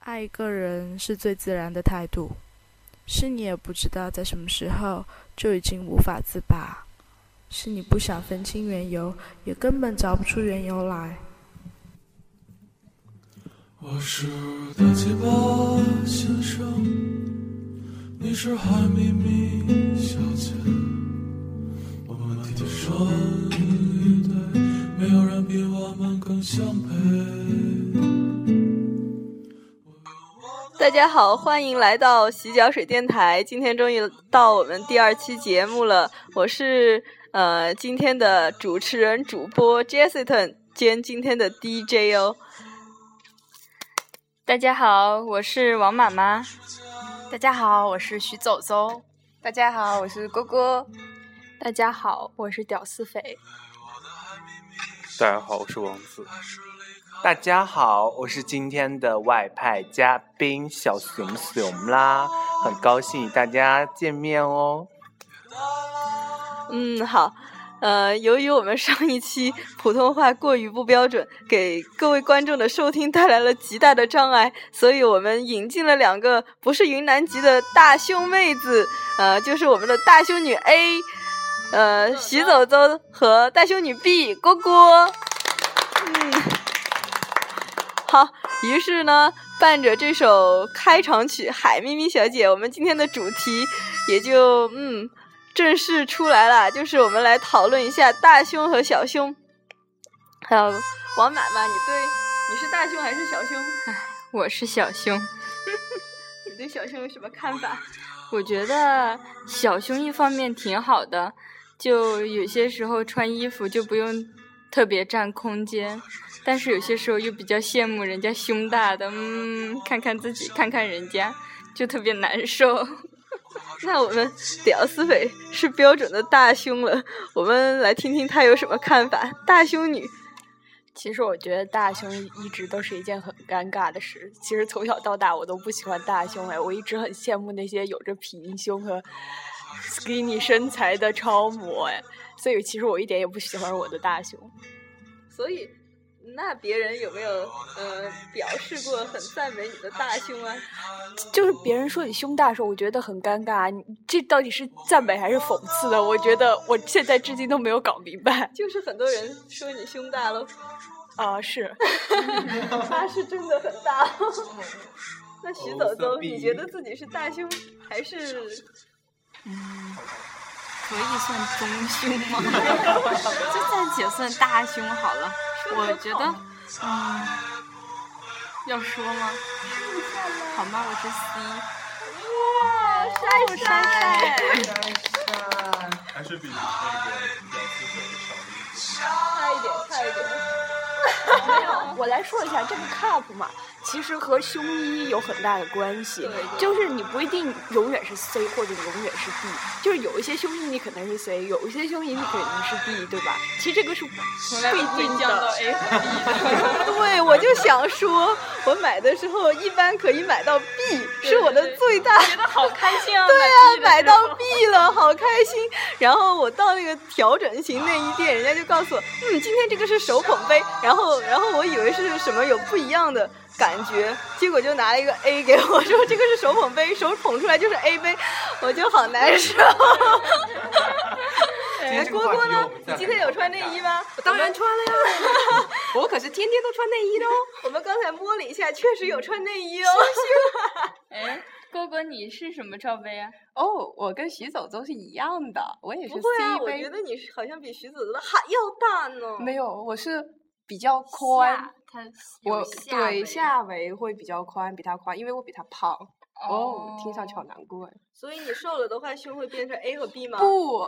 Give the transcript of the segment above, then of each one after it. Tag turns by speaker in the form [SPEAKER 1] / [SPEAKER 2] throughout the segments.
[SPEAKER 1] 爱一个人是最自然的态度，是你也不知道在什么时候就已经无法自拔，是你不想分清缘由，也根本找不出缘由来。
[SPEAKER 2] 我是大鸡巴先生，你是海咪咪小姐，我们天天生一对，没有人比我们更相配。
[SPEAKER 3] 大家好，欢迎来到洗脚水电台。今天终于到我们第二期节目了，我是呃今天的主持人主播 Jessiton，兼今天的 DJ 哦。
[SPEAKER 4] 大家好，我是王妈妈。
[SPEAKER 5] 大家好，我是徐走走。
[SPEAKER 6] 大家好，我是郭郭。
[SPEAKER 7] 大家好，我是屌丝肥。
[SPEAKER 8] 大家好，我是王子。
[SPEAKER 9] 大家好，我是今天的外派嘉宾小熊熊啦，很高兴与大家见面哦。
[SPEAKER 3] 嗯，好。呃，由于我们上一期普通话过于不标准，给各位观众的收听带来了极大的障碍，所以我们引进了两个不是云南籍的大胸妹子，呃，就是我们的大胸女 A，呃，徐走走和大胸女 B 郭郭。嗯，好，于是呢，伴着这首开场曲《海咪咪小姐》，我们今天的主题也就嗯。正式出来了，就是我们来讨论一下大胸和小胸。还有王妈妈，你对你是大胸还是小胸？
[SPEAKER 4] 我是小胸。
[SPEAKER 3] 你对小胸有什么看法？
[SPEAKER 4] 我觉得小胸一方面挺好的，就有些时候穿衣服就不用特别占空间，但是有些时候又比较羡慕人家胸大的，嗯，看看自己，看看人家，就特别难受。
[SPEAKER 3] 那我们屌丝匪是标准的大胸了，我们来听听他有什么看法。大胸女，
[SPEAKER 6] 其实我觉得大胸一直都是一件很尴尬的事。其实从小到大我都不喜欢大胸哎，我一直很羡慕那些有着平胸和 skinny 身材的超模哎，所以其实我一点也不喜欢我的大胸。
[SPEAKER 3] 所以，那别人有没有呃表示过很赞美你的大胸啊？
[SPEAKER 6] 就是别人说你胸大的时候，我觉得很尴尬。啊你这到底是赞美还是讽刺的？我觉得我现在至今都没有搞明白。
[SPEAKER 3] 就是很多人说你胸大喽，
[SPEAKER 6] 啊，是，
[SPEAKER 3] 他是真的很大。那徐走走，你觉得自己是大胸还是？
[SPEAKER 4] 嗯，可以算中胸吗？ 就暂且算大胸好了。我觉得，嗯，要说吗？好吗？我是哦
[SPEAKER 3] C。哇，晒晒！
[SPEAKER 8] 还是比那个屌丝嘴少
[SPEAKER 3] 差一
[SPEAKER 8] 一点。
[SPEAKER 3] 点，差一点。
[SPEAKER 6] 没有，我来说一下这个 cup 嘛，其实和胸衣有很大的关系。就是你不一定永远是 C 或者永远是 B，就是有一些胸衣你可能是 C，有一些胸衣你可能是 B，对吧？其实这个是不一定
[SPEAKER 4] 降到
[SPEAKER 6] 的。
[SPEAKER 4] A 和 B 的。
[SPEAKER 3] 对，我就想说，我买的时候一般可以买到 B，是我的最大。
[SPEAKER 4] 觉得好开心啊！
[SPEAKER 3] 对啊，买
[SPEAKER 4] 买
[SPEAKER 3] 到 B 了，好开心。然后我到那个调整型内衣店，人家就告诉我，嗯，今天这个是手捧杯。然后，然后我以为是什么有不一样的感觉，结果就拿了一个 A 给我说这个是手捧杯，手捧出来就是 A 杯，我就好难受。哎，郭郭呢？你今天有穿内衣吗？
[SPEAKER 5] 我当然穿了呀， 我可是天天都穿内衣的哦。
[SPEAKER 3] 我们刚才摸了一下，确实有穿内衣哦。
[SPEAKER 4] 哎，哥哥，你是什么罩杯啊？
[SPEAKER 5] 哦，我跟徐走走是一样的，我也是
[SPEAKER 3] 不会啊，
[SPEAKER 5] C
[SPEAKER 3] 我
[SPEAKER 5] 杯
[SPEAKER 3] 觉。得你是好像比徐子的还要大呢。
[SPEAKER 5] 没有，我是比较宽，
[SPEAKER 4] 他
[SPEAKER 5] 我对下围会比较宽，比他宽，因为我比他胖。哦，听上去好难过哎。
[SPEAKER 3] 所以你瘦了的话，胸会变成 A 和 B 吗？
[SPEAKER 5] 不，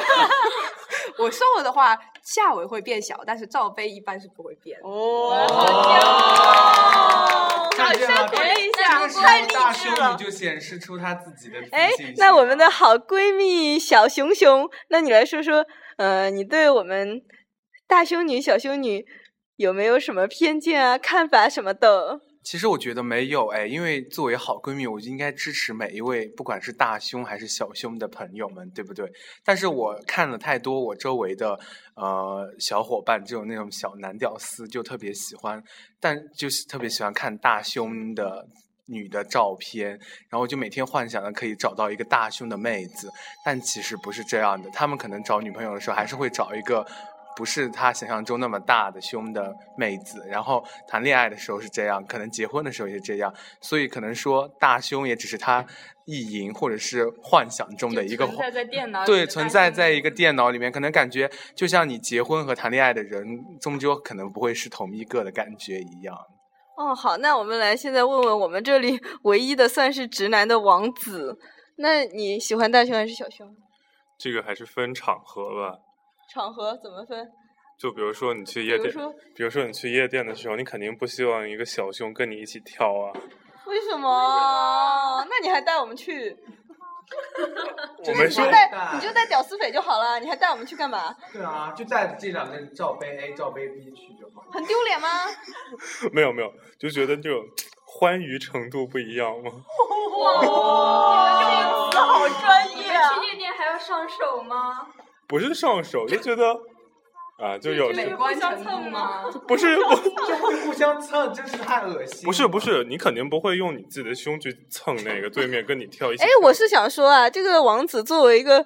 [SPEAKER 5] 我瘦了的话，下围会变小，但是罩杯一般是不会变。
[SPEAKER 3] 哦，
[SPEAKER 9] 看见了
[SPEAKER 3] 鼓励一
[SPEAKER 9] 这
[SPEAKER 3] 下，
[SPEAKER 9] 个时
[SPEAKER 3] 太
[SPEAKER 9] 候
[SPEAKER 3] 励
[SPEAKER 9] 大
[SPEAKER 3] 志
[SPEAKER 9] 胸
[SPEAKER 3] 了
[SPEAKER 9] 你。就显示出她自己的自
[SPEAKER 3] 哎
[SPEAKER 9] 信，
[SPEAKER 3] 那
[SPEAKER 9] 心
[SPEAKER 3] 我们
[SPEAKER 4] 啊
[SPEAKER 3] 的好闺蜜小熊熊，那你来说说，呃，你对我们大胸女、小胸女有没有什么偏见啊、看法什么的？
[SPEAKER 9] 其实我觉得没有哎，因为作为好闺蜜，我就应该支持每一位不管是大胸还是小胸的朋友们，对不对？但是我看了太多我周围的呃小伙伴，这种那种小男屌丝，就特别喜欢，但就是特别喜欢看大胸的女的照片，然后就每天幻想着可以找到一个大胸的妹子，但其实不是这样的。他们可能找女朋友的时候，还是会找一个不是他想象中那么大的胸的妹子。然后谈恋爱的时候是这样，可能结婚的时候也是这样。所以可能说大胸也只是他意淫或者是幻想中的一个
[SPEAKER 4] 存在在电
[SPEAKER 3] 啊
[SPEAKER 4] 脑里
[SPEAKER 9] 对
[SPEAKER 4] 的
[SPEAKER 9] 存
[SPEAKER 4] 大
[SPEAKER 9] 在
[SPEAKER 4] 胸
[SPEAKER 9] 在一个电脑里面，可能感觉就像你结婚和谈恋爱的人，终究可能不会是同一个的感觉一样。
[SPEAKER 3] 哦，好，那我们来现在问问我们这里唯一的算是直男的王子，那你喜欢大胸还是小胸？
[SPEAKER 8] 这个还是分场合吧。
[SPEAKER 3] 场合怎么分？
[SPEAKER 8] 就比如说你去
[SPEAKER 3] 比
[SPEAKER 8] 夜
[SPEAKER 3] 如
[SPEAKER 8] 店，
[SPEAKER 3] 说，
[SPEAKER 8] 比如说你去夜店的时候，你肯定不希望一个小胸跟你一起跳啊。
[SPEAKER 3] 为什么？那你还带我们去？
[SPEAKER 8] 我没
[SPEAKER 3] 你
[SPEAKER 8] 说
[SPEAKER 3] 就，带你就带屌丝匪就好了，你还带我们去干嘛？
[SPEAKER 9] 对啊，就带着这两个罩杯 A、罩杯 B 去就好。
[SPEAKER 3] 很丢脸吗？
[SPEAKER 8] 没有没有，就觉得这种欢愉程度不一样吗？
[SPEAKER 3] 哇，好专业啊！
[SPEAKER 4] 去夜店还要上手吗？
[SPEAKER 8] 不是上手，就觉得啊，
[SPEAKER 3] 嗯
[SPEAKER 8] 就有时
[SPEAKER 4] 美观程度 吗？
[SPEAKER 8] 不是不
[SPEAKER 9] 就会互相蹭，真是太恶心
[SPEAKER 8] 不是不，是，你肯定不会用你自己的胸去蹭那个对面跟你跳一起
[SPEAKER 3] 哎，我是想说啊，这个王子作为一个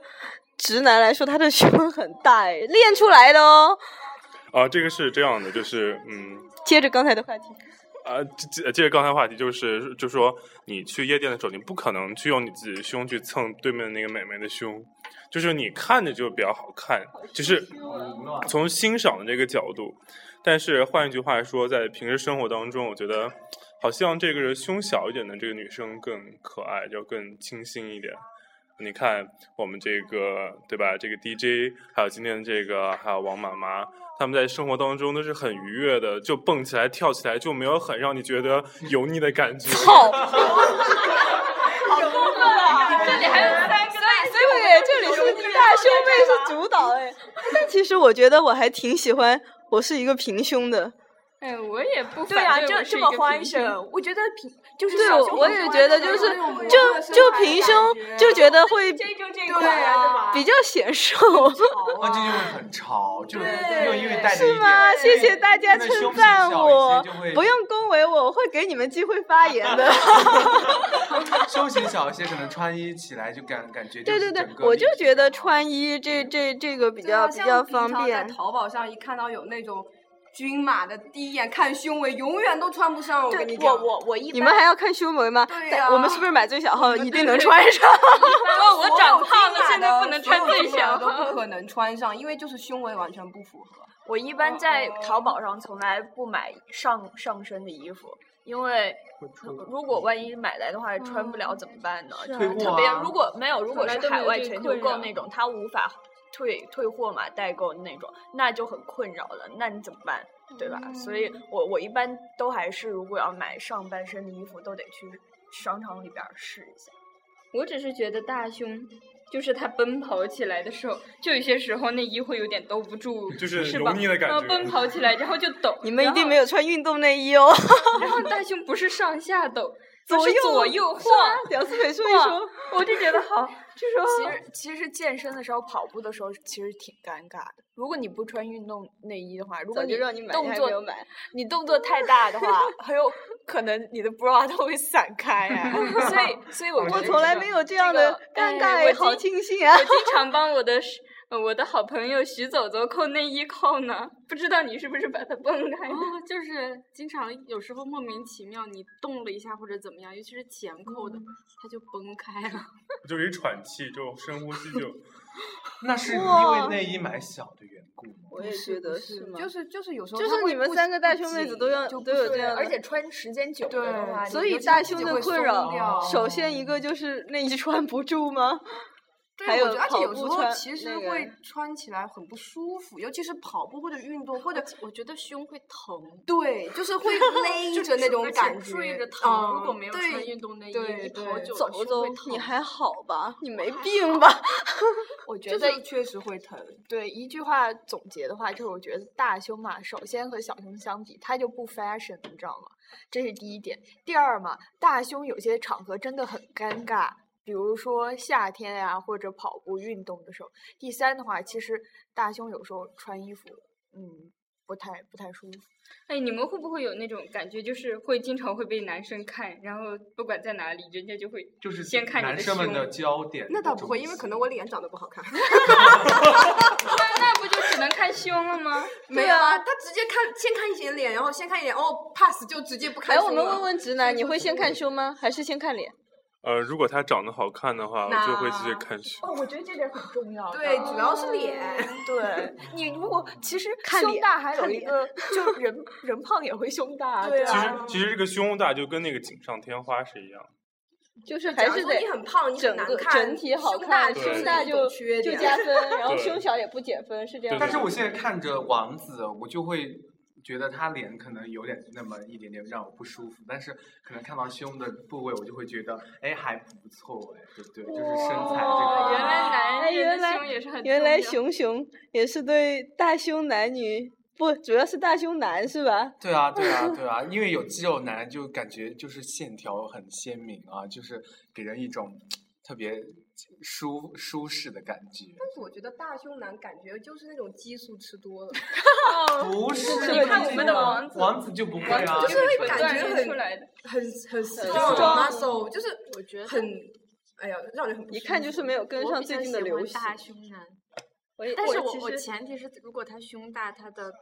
[SPEAKER 3] 直男来说，他的胸很大哎，练出来的哦。
[SPEAKER 8] 啊，这个是这样的，就是嗯。
[SPEAKER 3] 接着刚才的话题，
[SPEAKER 8] 啊，接接接着刚才话题就是，就说你去夜店的时候，你不可能去用你自己的胸去蹭对面的那个美眉的胸，就是你看着就比较好看，就是从欣赏的这个角度。但是换一句话说，在平时生活当中，我觉得好像这个人胸小一点的这个女生更可爱，就更清新一点。你看我们这个对吧？这个 DJ，还有今天这个，还有王妈妈，他们在生活当中都是很愉悦的，就蹦起来、跳起来，就没有很让你觉得油腻的感觉。
[SPEAKER 4] 这里还有三个大胸，
[SPEAKER 3] 对，这里是大胸妹是主导哎，但其实我觉得我还挺喜欢，我是一个平胸的，
[SPEAKER 4] 哎，我也不
[SPEAKER 6] 对啊，
[SPEAKER 4] 反
[SPEAKER 6] 这
[SPEAKER 4] 我是
[SPEAKER 6] 这
[SPEAKER 4] 一
[SPEAKER 6] 么
[SPEAKER 4] 个
[SPEAKER 6] 欢
[SPEAKER 4] 平
[SPEAKER 6] 省
[SPEAKER 4] 胸，
[SPEAKER 6] 我觉得平就是
[SPEAKER 3] 对，
[SPEAKER 6] 小
[SPEAKER 3] 我
[SPEAKER 6] 胸
[SPEAKER 3] 我
[SPEAKER 6] 很
[SPEAKER 3] 也
[SPEAKER 6] 宽
[SPEAKER 3] 觉得
[SPEAKER 6] 的
[SPEAKER 3] 就
[SPEAKER 6] 那
[SPEAKER 3] 是
[SPEAKER 6] 种模特
[SPEAKER 3] 就
[SPEAKER 6] 身
[SPEAKER 3] 就
[SPEAKER 6] 材的
[SPEAKER 3] 平
[SPEAKER 6] 感
[SPEAKER 3] 胸
[SPEAKER 6] 觉
[SPEAKER 3] 就觉得会
[SPEAKER 4] 这就这
[SPEAKER 6] 对
[SPEAKER 4] 块
[SPEAKER 6] 啊，对吧？
[SPEAKER 3] 比较显瘦。
[SPEAKER 9] 啊，
[SPEAKER 3] 哦
[SPEAKER 9] 这就会很潮，就
[SPEAKER 6] 对
[SPEAKER 9] 又因为带着
[SPEAKER 3] 是
[SPEAKER 9] 一
[SPEAKER 3] 吗？
[SPEAKER 9] 点
[SPEAKER 3] 谢谢大家
[SPEAKER 9] 真的
[SPEAKER 3] 称
[SPEAKER 9] 胸型
[SPEAKER 3] 赞
[SPEAKER 9] 小
[SPEAKER 3] 我
[SPEAKER 9] 一些就会，
[SPEAKER 3] 不用恭维我，我会给你们机会发言的。
[SPEAKER 9] 胸型小一些，可能穿衣起来就感感觉就
[SPEAKER 3] 对对
[SPEAKER 9] 是
[SPEAKER 3] 对
[SPEAKER 9] 整，个啊
[SPEAKER 3] 我就
[SPEAKER 9] 立体
[SPEAKER 3] 觉得
[SPEAKER 9] 了
[SPEAKER 3] 穿衣这这这个比
[SPEAKER 5] 对啊
[SPEAKER 3] 较比
[SPEAKER 5] 像
[SPEAKER 3] 较
[SPEAKER 5] 平常
[SPEAKER 3] 方
[SPEAKER 5] 在
[SPEAKER 3] 便。
[SPEAKER 5] 淘宝上一看到有那种均码的，第一眼看胸围，永远都穿不上。我跟你
[SPEAKER 6] 对，
[SPEAKER 5] 讲，
[SPEAKER 6] 我我我一
[SPEAKER 3] 你们
[SPEAKER 6] 般
[SPEAKER 3] 还要看胸围吗？
[SPEAKER 5] 对
[SPEAKER 3] 但
[SPEAKER 4] 啊
[SPEAKER 5] 呀
[SPEAKER 3] 我们是不是买最小号一定能穿上？
[SPEAKER 4] 我
[SPEAKER 5] 所有
[SPEAKER 4] 长胖了
[SPEAKER 5] 均码
[SPEAKER 4] 现在
[SPEAKER 5] 的
[SPEAKER 4] 不能
[SPEAKER 5] 所有
[SPEAKER 4] 穿最
[SPEAKER 5] 均码
[SPEAKER 4] 小
[SPEAKER 5] 都不可能穿上，因为就是胸围完全不符合。
[SPEAKER 6] 我一般在淘宝上从来不买上上身的衣服，因为如如果万一买来的话穿不了怎么办呢？就是
[SPEAKER 9] 退货
[SPEAKER 6] 特别
[SPEAKER 9] 啊
[SPEAKER 6] 如果没有，如果
[SPEAKER 4] 来
[SPEAKER 6] 是
[SPEAKER 4] 都没
[SPEAKER 6] 海
[SPEAKER 4] 有
[SPEAKER 6] 外
[SPEAKER 4] 这个
[SPEAKER 6] 全球
[SPEAKER 4] 困
[SPEAKER 6] 购
[SPEAKER 4] 扰
[SPEAKER 6] 那种，它无法退退货嘛，代购那种，那就很困扰了。那你怎么办？对吧？所以我我一般都还是如果要买上半身的衣服，都得去商场里边儿试一下。
[SPEAKER 4] 我只是觉得大胸。就是他奔跑起来的时候，就有些时候那衣会有点兜不住，
[SPEAKER 8] 就是
[SPEAKER 4] 是吧
[SPEAKER 8] 油腻的感
[SPEAKER 4] 然后
[SPEAKER 8] 觉
[SPEAKER 4] 奔跑起来，然后就抖。
[SPEAKER 3] 你们一
[SPEAKER 4] 然
[SPEAKER 3] 定
[SPEAKER 4] 后
[SPEAKER 3] 没有穿运动内衣哦。
[SPEAKER 4] 然后大胸不是上下抖，
[SPEAKER 3] 左
[SPEAKER 4] 它是
[SPEAKER 3] 右
[SPEAKER 4] 左右 晃，
[SPEAKER 3] 屌丝美说一
[SPEAKER 4] 晃
[SPEAKER 3] 说，，哎
[SPEAKER 4] 我就觉得好，
[SPEAKER 6] 其实其实健身的时候跑步的时候其实挺尴尬的。如果你不穿运动内衣的话，如果
[SPEAKER 3] 早就让你买，你
[SPEAKER 6] 动
[SPEAKER 3] 还
[SPEAKER 6] 作
[SPEAKER 3] 没有买。
[SPEAKER 6] 你动作太大 的话，很有可能你的 bra 都会散开哎。所以所 以我
[SPEAKER 3] 我
[SPEAKER 6] 觉得
[SPEAKER 3] 从来
[SPEAKER 6] 这
[SPEAKER 3] 没
[SPEAKER 6] 个
[SPEAKER 3] 有这样
[SPEAKER 6] 这
[SPEAKER 3] 的
[SPEAKER 6] 个
[SPEAKER 3] 尴尬
[SPEAKER 4] 哎我
[SPEAKER 3] 哎，好
[SPEAKER 4] 今
[SPEAKER 3] 庆幸啊
[SPEAKER 4] 我！经常帮我的是呃我的好朋友徐走走扣内衣扣呢，不知道你是不是把它蹦 开的？
[SPEAKER 10] 哦，就是经常有时候莫名其妙你动了一下或者怎么样，尤其是前扣
[SPEAKER 6] 嗯
[SPEAKER 10] 的，它就崩开了。
[SPEAKER 8] 就是一喘气，就深呼吸就。
[SPEAKER 9] 那是因为内衣买小的缘故吗？
[SPEAKER 3] 我也觉得是吗？
[SPEAKER 5] 就是就是有时候
[SPEAKER 3] 就
[SPEAKER 5] 它
[SPEAKER 3] 是
[SPEAKER 5] 会
[SPEAKER 3] 你们
[SPEAKER 5] 不
[SPEAKER 3] 三个大胸
[SPEAKER 5] 不
[SPEAKER 3] 妹
[SPEAKER 5] 紧
[SPEAKER 3] 子都要
[SPEAKER 5] 就
[SPEAKER 3] 都
[SPEAKER 5] 不
[SPEAKER 3] 有
[SPEAKER 5] 是
[SPEAKER 3] 这样的
[SPEAKER 6] 而且穿时间久了的话，
[SPEAKER 5] 对
[SPEAKER 6] 你
[SPEAKER 3] 所
[SPEAKER 6] 就
[SPEAKER 3] 以
[SPEAKER 6] 自
[SPEAKER 3] 大
[SPEAKER 6] 己
[SPEAKER 3] 胸
[SPEAKER 6] 就
[SPEAKER 3] 的
[SPEAKER 6] 会
[SPEAKER 3] 困
[SPEAKER 6] 松
[SPEAKER 3] 扰
[SPEAKER 6] 掉
[SPEAKER 3] 首先一个就是内衣穿不住吗？还
[SPEAKER 5] 对，
[SPEAKER 3] 有
[SPEAKER 5] 我觉得而且
[SPEAKER 3] 跑
[SPEAKER 5] 有时
[SPEAKER 3] 步
[SPEAKER 5] 候
[SPEAKER 3] 穿
[SPEAKER 5] 其实
[SPEAKER 3] 那个
[SPEAKER 5] 会穿起来很不舒服，尤其是跑步或者运动或者
[SPEAKER 10] 我觉得胸会疼。
[SPEAKER 5] 对，就是会勒
[SPEAKER 10] 就
[SPEAKER 5] 着那
[SPEAKER 10] 是
[SPEAKER 5] 种
[SPEAKER 10] 而且
[SPEAKER 5] 感觉，
[SPEAKER 10] 坠着疼如果
[SPEAKER 5] 嗯
[SPEAKER 10] 没有
[SPEAKER 5] 对
[SPEAKER 10] 穿运动内衣
[SPEAKER 5] 对
[SPEAKER 10] 你
[SPEAKER 5] 对
[SPEAKER 10] 跑久了
[SPEAKER 3] 走
[SPEAKER 10] 胸
[SPEAKER 3] 走
[SPEAKER 10] 会，疼
[SPEAKER 3] 你还好吧？你没病吧？
[SPEAKER 6] 我
[SPEAKER 5] 就
[SPEAKER 6] 觉得
[SPEAKER 5] 是确实会疼。
[SPEAKER 6] 对一句话总结的话，就是我觉得大胸嘛，首先和小胸相比，它就不 fashion，你知道吗？这是第一点。第二嘛，大胸有些场合真的很尴尬，比如说夏天呀、或者跑步运动的时候。第三的话，其实大胸有时候穿衣服，嗯，不太不太舒服。
[SPEAKER 4] 哎，你们会不会有那种感觉，就是会经常会被男生看，然后不管在哪里，人家就会
[SPEAKER 9] 就是
[SPEAKER 4] 先看你
[SPEAKER 9] 男
[SPEAKER 4] 的
[SPEAKER 9] 生
[SPEAKER 4] 胸。
[SPEAKER 9] 们的焦点。
[SPEAKER 5] 那倒不会，因为可能我脸长得不好看。
[SPEAKER 4] 那那不就只能看胸了吗？
[SPEAKER 5] 没有啊，他直接看，先看一眼脸，然后先看一眼，哦，pass 就直接不看
[SPEAKER 3] 来，
[SPEAKER 5] 胸
[SPEAKER 3] 哎我
[SPEAKER 5] 了。
[SPEAKER 3] 们问问直男，你会先看胸吗？还是先看脸？
[SPEAKER 8] 呃，如果他长得好看的话，我就会继续
[SPEAKER 5] 那
[SPEAKER 8] 看胸。
[SPEAKER 6] 哦，我觉得这点很重要哦
[SPEAKER 5] 对，主要是脸。
[SPEAKER 6] 对你如果其实
[SPEAKER 3] 看
[SPEAKER 6] 胸
[SPEAKER 3] 脸
[SPEAKER 6] 大还有
[SPEAKER 3] 看
[SPEAKER 6] 一
[SPEAKER 3] 脸
[SPEAKER 6] 个，就是人人胖也会胸大，
[SPEAKER 5] 对
[SPEAKER 8] 其
[SPEAKER 5] 啊
[SPEAKER 8] 实其实这个胸大就跟那个锦上添花是一样。
[SPEAKER 3] 就是还
[SPEAKER 5] 假如
[SPEAKER 3] 是
[SPEAKER 5] 说
[SPEAKER 3] 得
[SPEAKER 5] 你很胖，你很
[SPEAKER 3] 整
[SPEAKER 5] 难
[SPEAKER 3] 个
[SPEAKER 5] 看，
[SPEAKER 3] 整体好看，
[SPEAKER 5] 胸
[SPEAKER 8] 对
[SPEAKER 5] 大
[SPEAKER 3] 胸大
[SPEAKER 5] 是一种
[SPEAKER 3] 就
[SPEAKER 5] 缺
[SPEAKER 3] 就
[SPEAKER 5] 点
[SPEAKER 3] 加分，然后
[SPEAKER 8] 对
[SPEAKER 3] 胸小也不减分，是这样吗。
[SPEAKER 8] 对
[SPEAKER 9] 但是我现在看着王子，我就会觉得他脸可能有点那么一点点让我不舒服，但是可能看到胸的部位，我就会觉得哎还不错哎，对不对？就是身材这
[SPEAKER 4] 哦
[SPEAKER 9] 块。
[SPEAKER 4] 原来
[SPEAKER 3] 哎
[SPEAKER 4] 男
[SPEAKER 3] 原
[SPEAKER 4] 人的
[SPEAKER 3] 来
[SPEAKER 4] 胸也是很
[SPEAKER 3] 原来
[SPEAKER 4] 重要
[SPEAKER 3] 熊熊也是对大胸男女不，主要是大胸男是吧？
[SPEAKER 9] 对啊，对啊，对啊，因为有肌肉男就感觉就是线条很鲜明啊，就是给人一种特别舒舒适的感觉。
[SPEAKER 5] 但是我觉得大胸男感觉就是那种激素吃多了，
[SPEAKER 9] 不是，
[SPEAKER 4] 你看我们的王子
[SPEAKER 9] 王子就不会
[SPEAKER 4] 完全
[SPEAKER 9] 啊，
[SPEAKER 5] 就是会
[SPEAKER 4] 腿
[SPEAKER 5] 感
[SPEAKER 4] 锻
[SPEAKER 5] 觉
[SPEAKER 4] 炼
[SPEAKER 5] 很
[SPEAKER 4] 出来的。
[SPEAKER 5] 很很 strong
[SPEAKER 3] 壮
[SPEAKER 5] muscle，就是
[SPEAKER 10] 我觉得
[SPEAKER 5] 很，哎呀，让人很不
[SPEAKER 3] 一
[SPEAKER 5] 舒
[SPEAKER 3] 看
[SPEAKER 5] 服
[SPEAKER 3] 就是没有跟
[SPEAKER 10] 我
[SPEAKER 3] 上
[SPEAKER 10] 比
[SPEAKER 3] 最
[SPEAKER 10] 较
[SPEAKER 3] 近的
[SPEAKER 10] 喜
[SPEAKER 3] 流
[SPEAKER 10] 欢
[SPEAKER 3] 行。
[SPEAKER 10] 大胸男，
[SPEAKER 3] 我
[SPEAKER 10] 但是我
[SPEAKER 3] 其
[SPEAKER 10] 我
[SPEAKER 3] 实
[SPEAKER 10] 前提是，如果他胸大，他的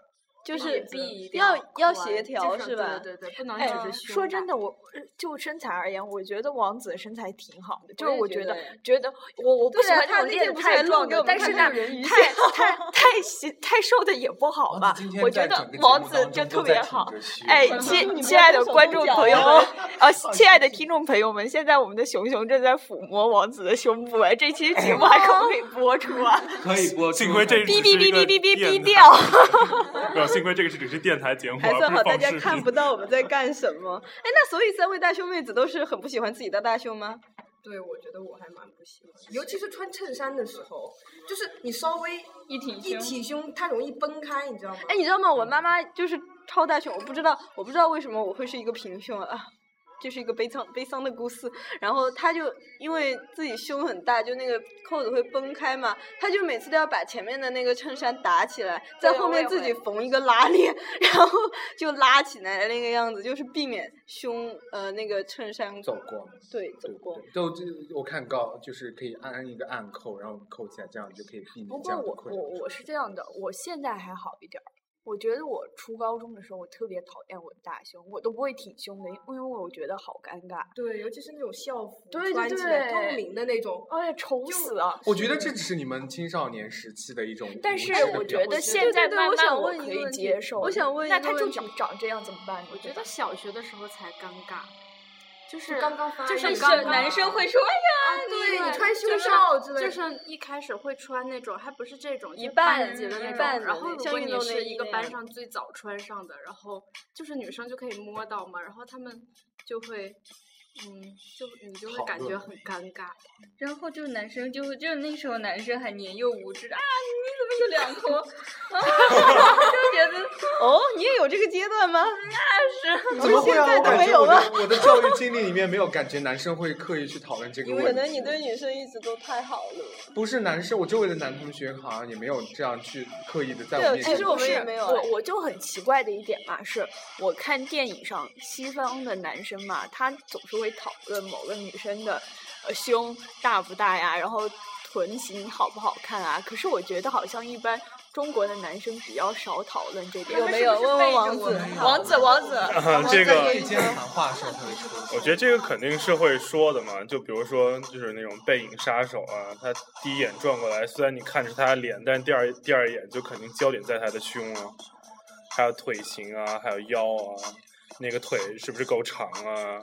[SPEAKER 3] 就
[SPEAKER 10] 膀
[SPEAKER 3] 是
[SPEAKER 10] 子一定
[SPEAKER 3] 要要
[SPEAKER 10] 宽
[SPEAKER 3] 协调
[SPEAKER 10] 至少
[SPEAKER 3] 是吧？
[SPEAKER 10] 对对对，不能
[SPEAKER 6] 哎
[SPEAKER 10] 只是胸
[SPEAKER 6] 说
[SPEAKER 10] 大
[SPEAKER 6] 真的，我呃就身材而言，我觉得王子的身材挺好的，就是
[SPEAKER 3] 也
[SPEAKER 6] 我
[SPEAKER 3] 觉
[SPEAKER 6] 觉
[SPEAKER 3] 得
[SPEAKER 6] 得觉得我我不
[SPEAKER 3] 对
[SPEAKER 6] 喜
[SPEAKER 3] 啊
[SPEAKER 6] 欢
[SPEAKER 3] 他
[SPEAKER 6] 那种
[SPEAKER 3] 那天
[SPEAKER 6] 练得
[SPEAKER 3] 不是还
[SPEAKER 6] 太
[SPEAKER 3] 录
[SPEAKER 6] 壮
[SPEAKER 3] 给
[SPEAKER 6] 的
[SPEAKER 3] 我，们
[SPEAKER 6] 但
[SPEAKER 3] 看
[SPEAKER 6] 是
[SPEAKER 3] 那
[SPEAKER 6] 呢
[SPEAKER 3] 个人 鱼，
[SPEAKER 6] 太太太细太瘦的也不好吧
[SPEAKER 9] 王子今。天
[SPEAKER 6] 我觉
[SPEAKER 9] 在
[SPEAKER 6] 得
[SPEAKER 9] 整个节
[SPEAKER 6] 王
[SPEAKER 9] 目
[SPEAKER 6] 子
[SPEAKER 9] 当
[SPEAKER 6] 就
[SPEAKER 9] 中
[SPEAKER 6] 特
[SPEAKER 9] 都在
[SPEAKER 6] 别
[SPEAKER 9] 挺
[SPEAKER 6] 好
[SPEAKER 9] 着。胸
[SPEAKER 6] 哎，
[SPEAKER 3] 嗯 你不
[SPEAKER 6] 亲
[SPEAKER 3] 要
[SPEAKER 6] 亲爱的
[SPEAKER 3] 动手
[SPEAKER 6] 观
[SPEAKER 3] 动
[SPEAKER 6] 众
[SPEAKER 3] 脚
[SPEAKER 6] 朋友
[SPEAKER 3] 啊
[SPEAKER 6] 们，啊，亲爱的听众朋友们，现在我们的熊熊正在抚摸王子的胸部，哎，这期节目还可不可以播出 啊？
[SPEAKER 9] 可以播出。
[SPEAKER 8] 幸亏这
[SPEAKER 6] 哔
[SPEAKER 8] 只
[SPEAKER 6] 哔
[SPEAKER 8] 是
[SPEAKER 6] 哔
[SPEAKER 8] 一个
[SPEAKER 6] 哔哔哔
[SPEAKER 8] 电
[SPEAKER 6] 哔
[SPEAKER 8] 台
[SPEAKER 6] 掉。
[SPEAKER 8] 不，幸亏这个是只是电台节目，
[SPEAKER 3] 还
[SPEAKER 8] 而
[SPEAKER 3] 算
[SPEAKER 8] 不
[SPEAKER 3] 好，大
[SPEAKER 8] 是放
[SPEAKER 3] 家
[SPEAKER 8] 视
[SPEAKER 3] 看
[SPEAKER 8] 频
[SPEAKER 3] 不到我们在干什么。哎，那所以三位大胸妹子都是很不喜欢自己的大胸吗？
[SPEAKER 5] 对，我觉得我还蛮不喜欢的，尤其是穿衬衫的时候，就是你稍微
[SPEAKER 4] 一挺
[SPEAKER 5] 一
[SPEAKER 4] 胸
[SPEAKER 5] 体胸，它容易崩开，你知道吗？
[SPEAKER 3] 哎，你知道吗？我妈妈就是超大胸，我不知道，我不知道为什么我会是一个平胸啊，就是一个悲伤悲伤的故事。然后她就因为自己胸很大，就那个扣子会崩开嘛，她就每次都要把前面的那个衬衫打起来，在
[SPEAKER 5] 对
[SPEAKER 3] 后
[SPEAKER 5] 我
[SPEAKER 3] 面
[SPEAKER 5] 也
[SPEAKER 3] 自己
[SPEAKER 5] 会
[SPEAKER 3] 缝一个拉链，然后就拉起来的那个样子，就是避免胸呃那个衬衫
[SPEAKER 9] 走光，
[SPEAKER 3] 对走
[SPEAKER 9] 对
[SPEAKER 3] 光。
[SPEAKER 9] 对，都这我看告就是可以按一个暗扣，然后扣起来，这样就可以避
[SPEAKER 6] 不
[SPEAKER 9] 免这
[SPEAKER 6] 过
[SPEAKER 9] 样的
[SPEAKER 6] 我
[SPEAKER 9] 困扰
[SPEAKER 6] 我。我是这样的，我现在还好一点儿。我觉得我初高中的时候，我特别讨厌我的大胸，我都不会挺胸的，因为我觉得好尴尬，
[SPEAKER 5] 对，尤其是那种校服
[SPEAKER 6] 对对
[SPEAKER 5] 穿起
[SPEAKER 6] 对
[SPEAKER 5] 来透明的那种，
[SPEAKER 6] 哎呀，丑死
[SPEAKER 3] 啊
[SPEAKER 6] 了。
[SPEAKER 9] 我觉得这只是你们青少年时期的一种无知的表
[SPEAKER 6] 但是
[SPEAKER 9] 现，
[SPEAKER 6] 我觉得现
[SPEAKER 3] 对
[SPEAKER 6] 在
[SPEAKER 3] 对
[SPEAKER 6] 慢
[SPEAKER 3] 我
[SPEAKER 6] 慢
[SPEAKER 3] 想
[SPEAKER 6] 我
[SPEAKER 3] 问一
[SPEAKER 6] 可
[SPEAKER 3] 个
[SPEAKER 6] 以
[SPEAKER 3] 问题
[SPEAKER 6] 接受。
[SPEAKER 3] 我想问
[SPEAKER 6] 那
[SPEAKER 3] 一个
[SPEAKER 6] 他就
[SPEAKER 3] 问
[SPEAKER 6] 长
[SPEAKER 3] 题
[SPEAKER 6] 长这样怎么办？我
[SPEAKER 10] 我觉
[SPEAKER 6] 觉
[SPEAKER 10] 得
[SPEAKER 6] 得
[SPEAKER 10] 小学的时候才尴尬，就是
[SPEAKER 5] 刚刚发
[SPEAKER 10] 就
[SPEAKER 5] 育
[SPEAKER 10] 是
[SPEAKER 5] 刚
[SPEAKER 10] 刚
[SPEAKER 5] 刚
[SPEAKER 4] 男生会说哎呀，
[SPEAKER 10] 啊，
[SPEAKER 5] 对
[SPEAKER 10] 对
[SPEAKER 5] 你穿胸
[SPEAKER 10] 就是
[SPEAKER 5] 罩之类
[SPEAKER 10] 就
[SPEAKER 5] 的
[SPEAKER 10] 是一开始会穿那种，还不是这种，
[SPEAKER 3] 一
[SPEAKER 10] 就
[SPEAKER 3] 半
[SPEAKER 10] 半截的
[SPEAKER 3] 一
[SPEAKER 10] 那
[SPEAKER 3] 半
[SPEAKER 10] 种。
[SPEAKER 3] 的
[SPEAKER 10] 然后
[SPEAKER 3] 那
[SPEAKER 10] 如
[SPEAKER 3] 像
[SPEAKER 10] 果
[SPEAKER 3] 运
[SPEAKER 10] 你
[SPEAKER 3] 动内
[SPEAKER 10] 是
[SPEAKER 3] 衣
[SPEAKER 10] 一个
[SPEAKER 3] 那
[SPEAKER 10] 班
[SPEAKER 3] 样
[SPEAKER 10] 上最早穿上的，然后就是女生就可以摸到嘛，然后他们就会，嗯，就你就会
[SPEAKER 9] 讨
[SPEAKER 10] 感觉
[SPEAKER 9] 论
[SPEAKER 10] 很尴尬。
[SPEAKER 4] 然后就男生就就那时候男生还年幼无知啊，你怎么有两坨？ 啊，就觉得
[SPEAKER 3] 哦，你也有这个阶段吗？
[SPEAKER 9] 怎么会啊？我感觉我
[SPEAKER 3] 吗
[SPEAKER 9] 的我的教育经历里面没有感觉男生会刻意去讨论这个问题。
[SPEAKER 3] 可能你对女生一直都太好了。
[SPEAKER 9] 不是男生，我周围的男同学好像也没有这样去刻意的在
[SPEAKER 3] 对
[SPEAKER 9] 我面前。
[SPEAKER 3] 其实我
[SPEAKER 6] 不
[SPEAKER 3] 们也
[SPEAKER 6] 是
[SPEAKER 3] 没有哎
[SPEAKER 6] 我我就很奇怪的一点嘛，是我看电影上西方的男生嘛，他总是会讨论某个女生的呃胸大不大呀，然后臀型好不好看啊。可是我觉得好像一般中国的男生比较少讨论这点。
[SPEAKER 3] 有没有问问王
[SPEAKER 4] 啊
[SPEAKER 3] 子？
[SPEAKER 6] 王子，王子，
[SPEAKER 8] 啊这个
[SPEAKER 9] 夜间谈话时候特别出。
[SPEAKER 8] 我觉得这个肯定是会说的嘛，就比如说就是那种背影杀手啊，他第一眼转过来，虽然你看着他的脸，但是第二第二眼就肯定焦点在他的胸啊，还有腿型啊，还有腰啊，那个腿是不是够长啊，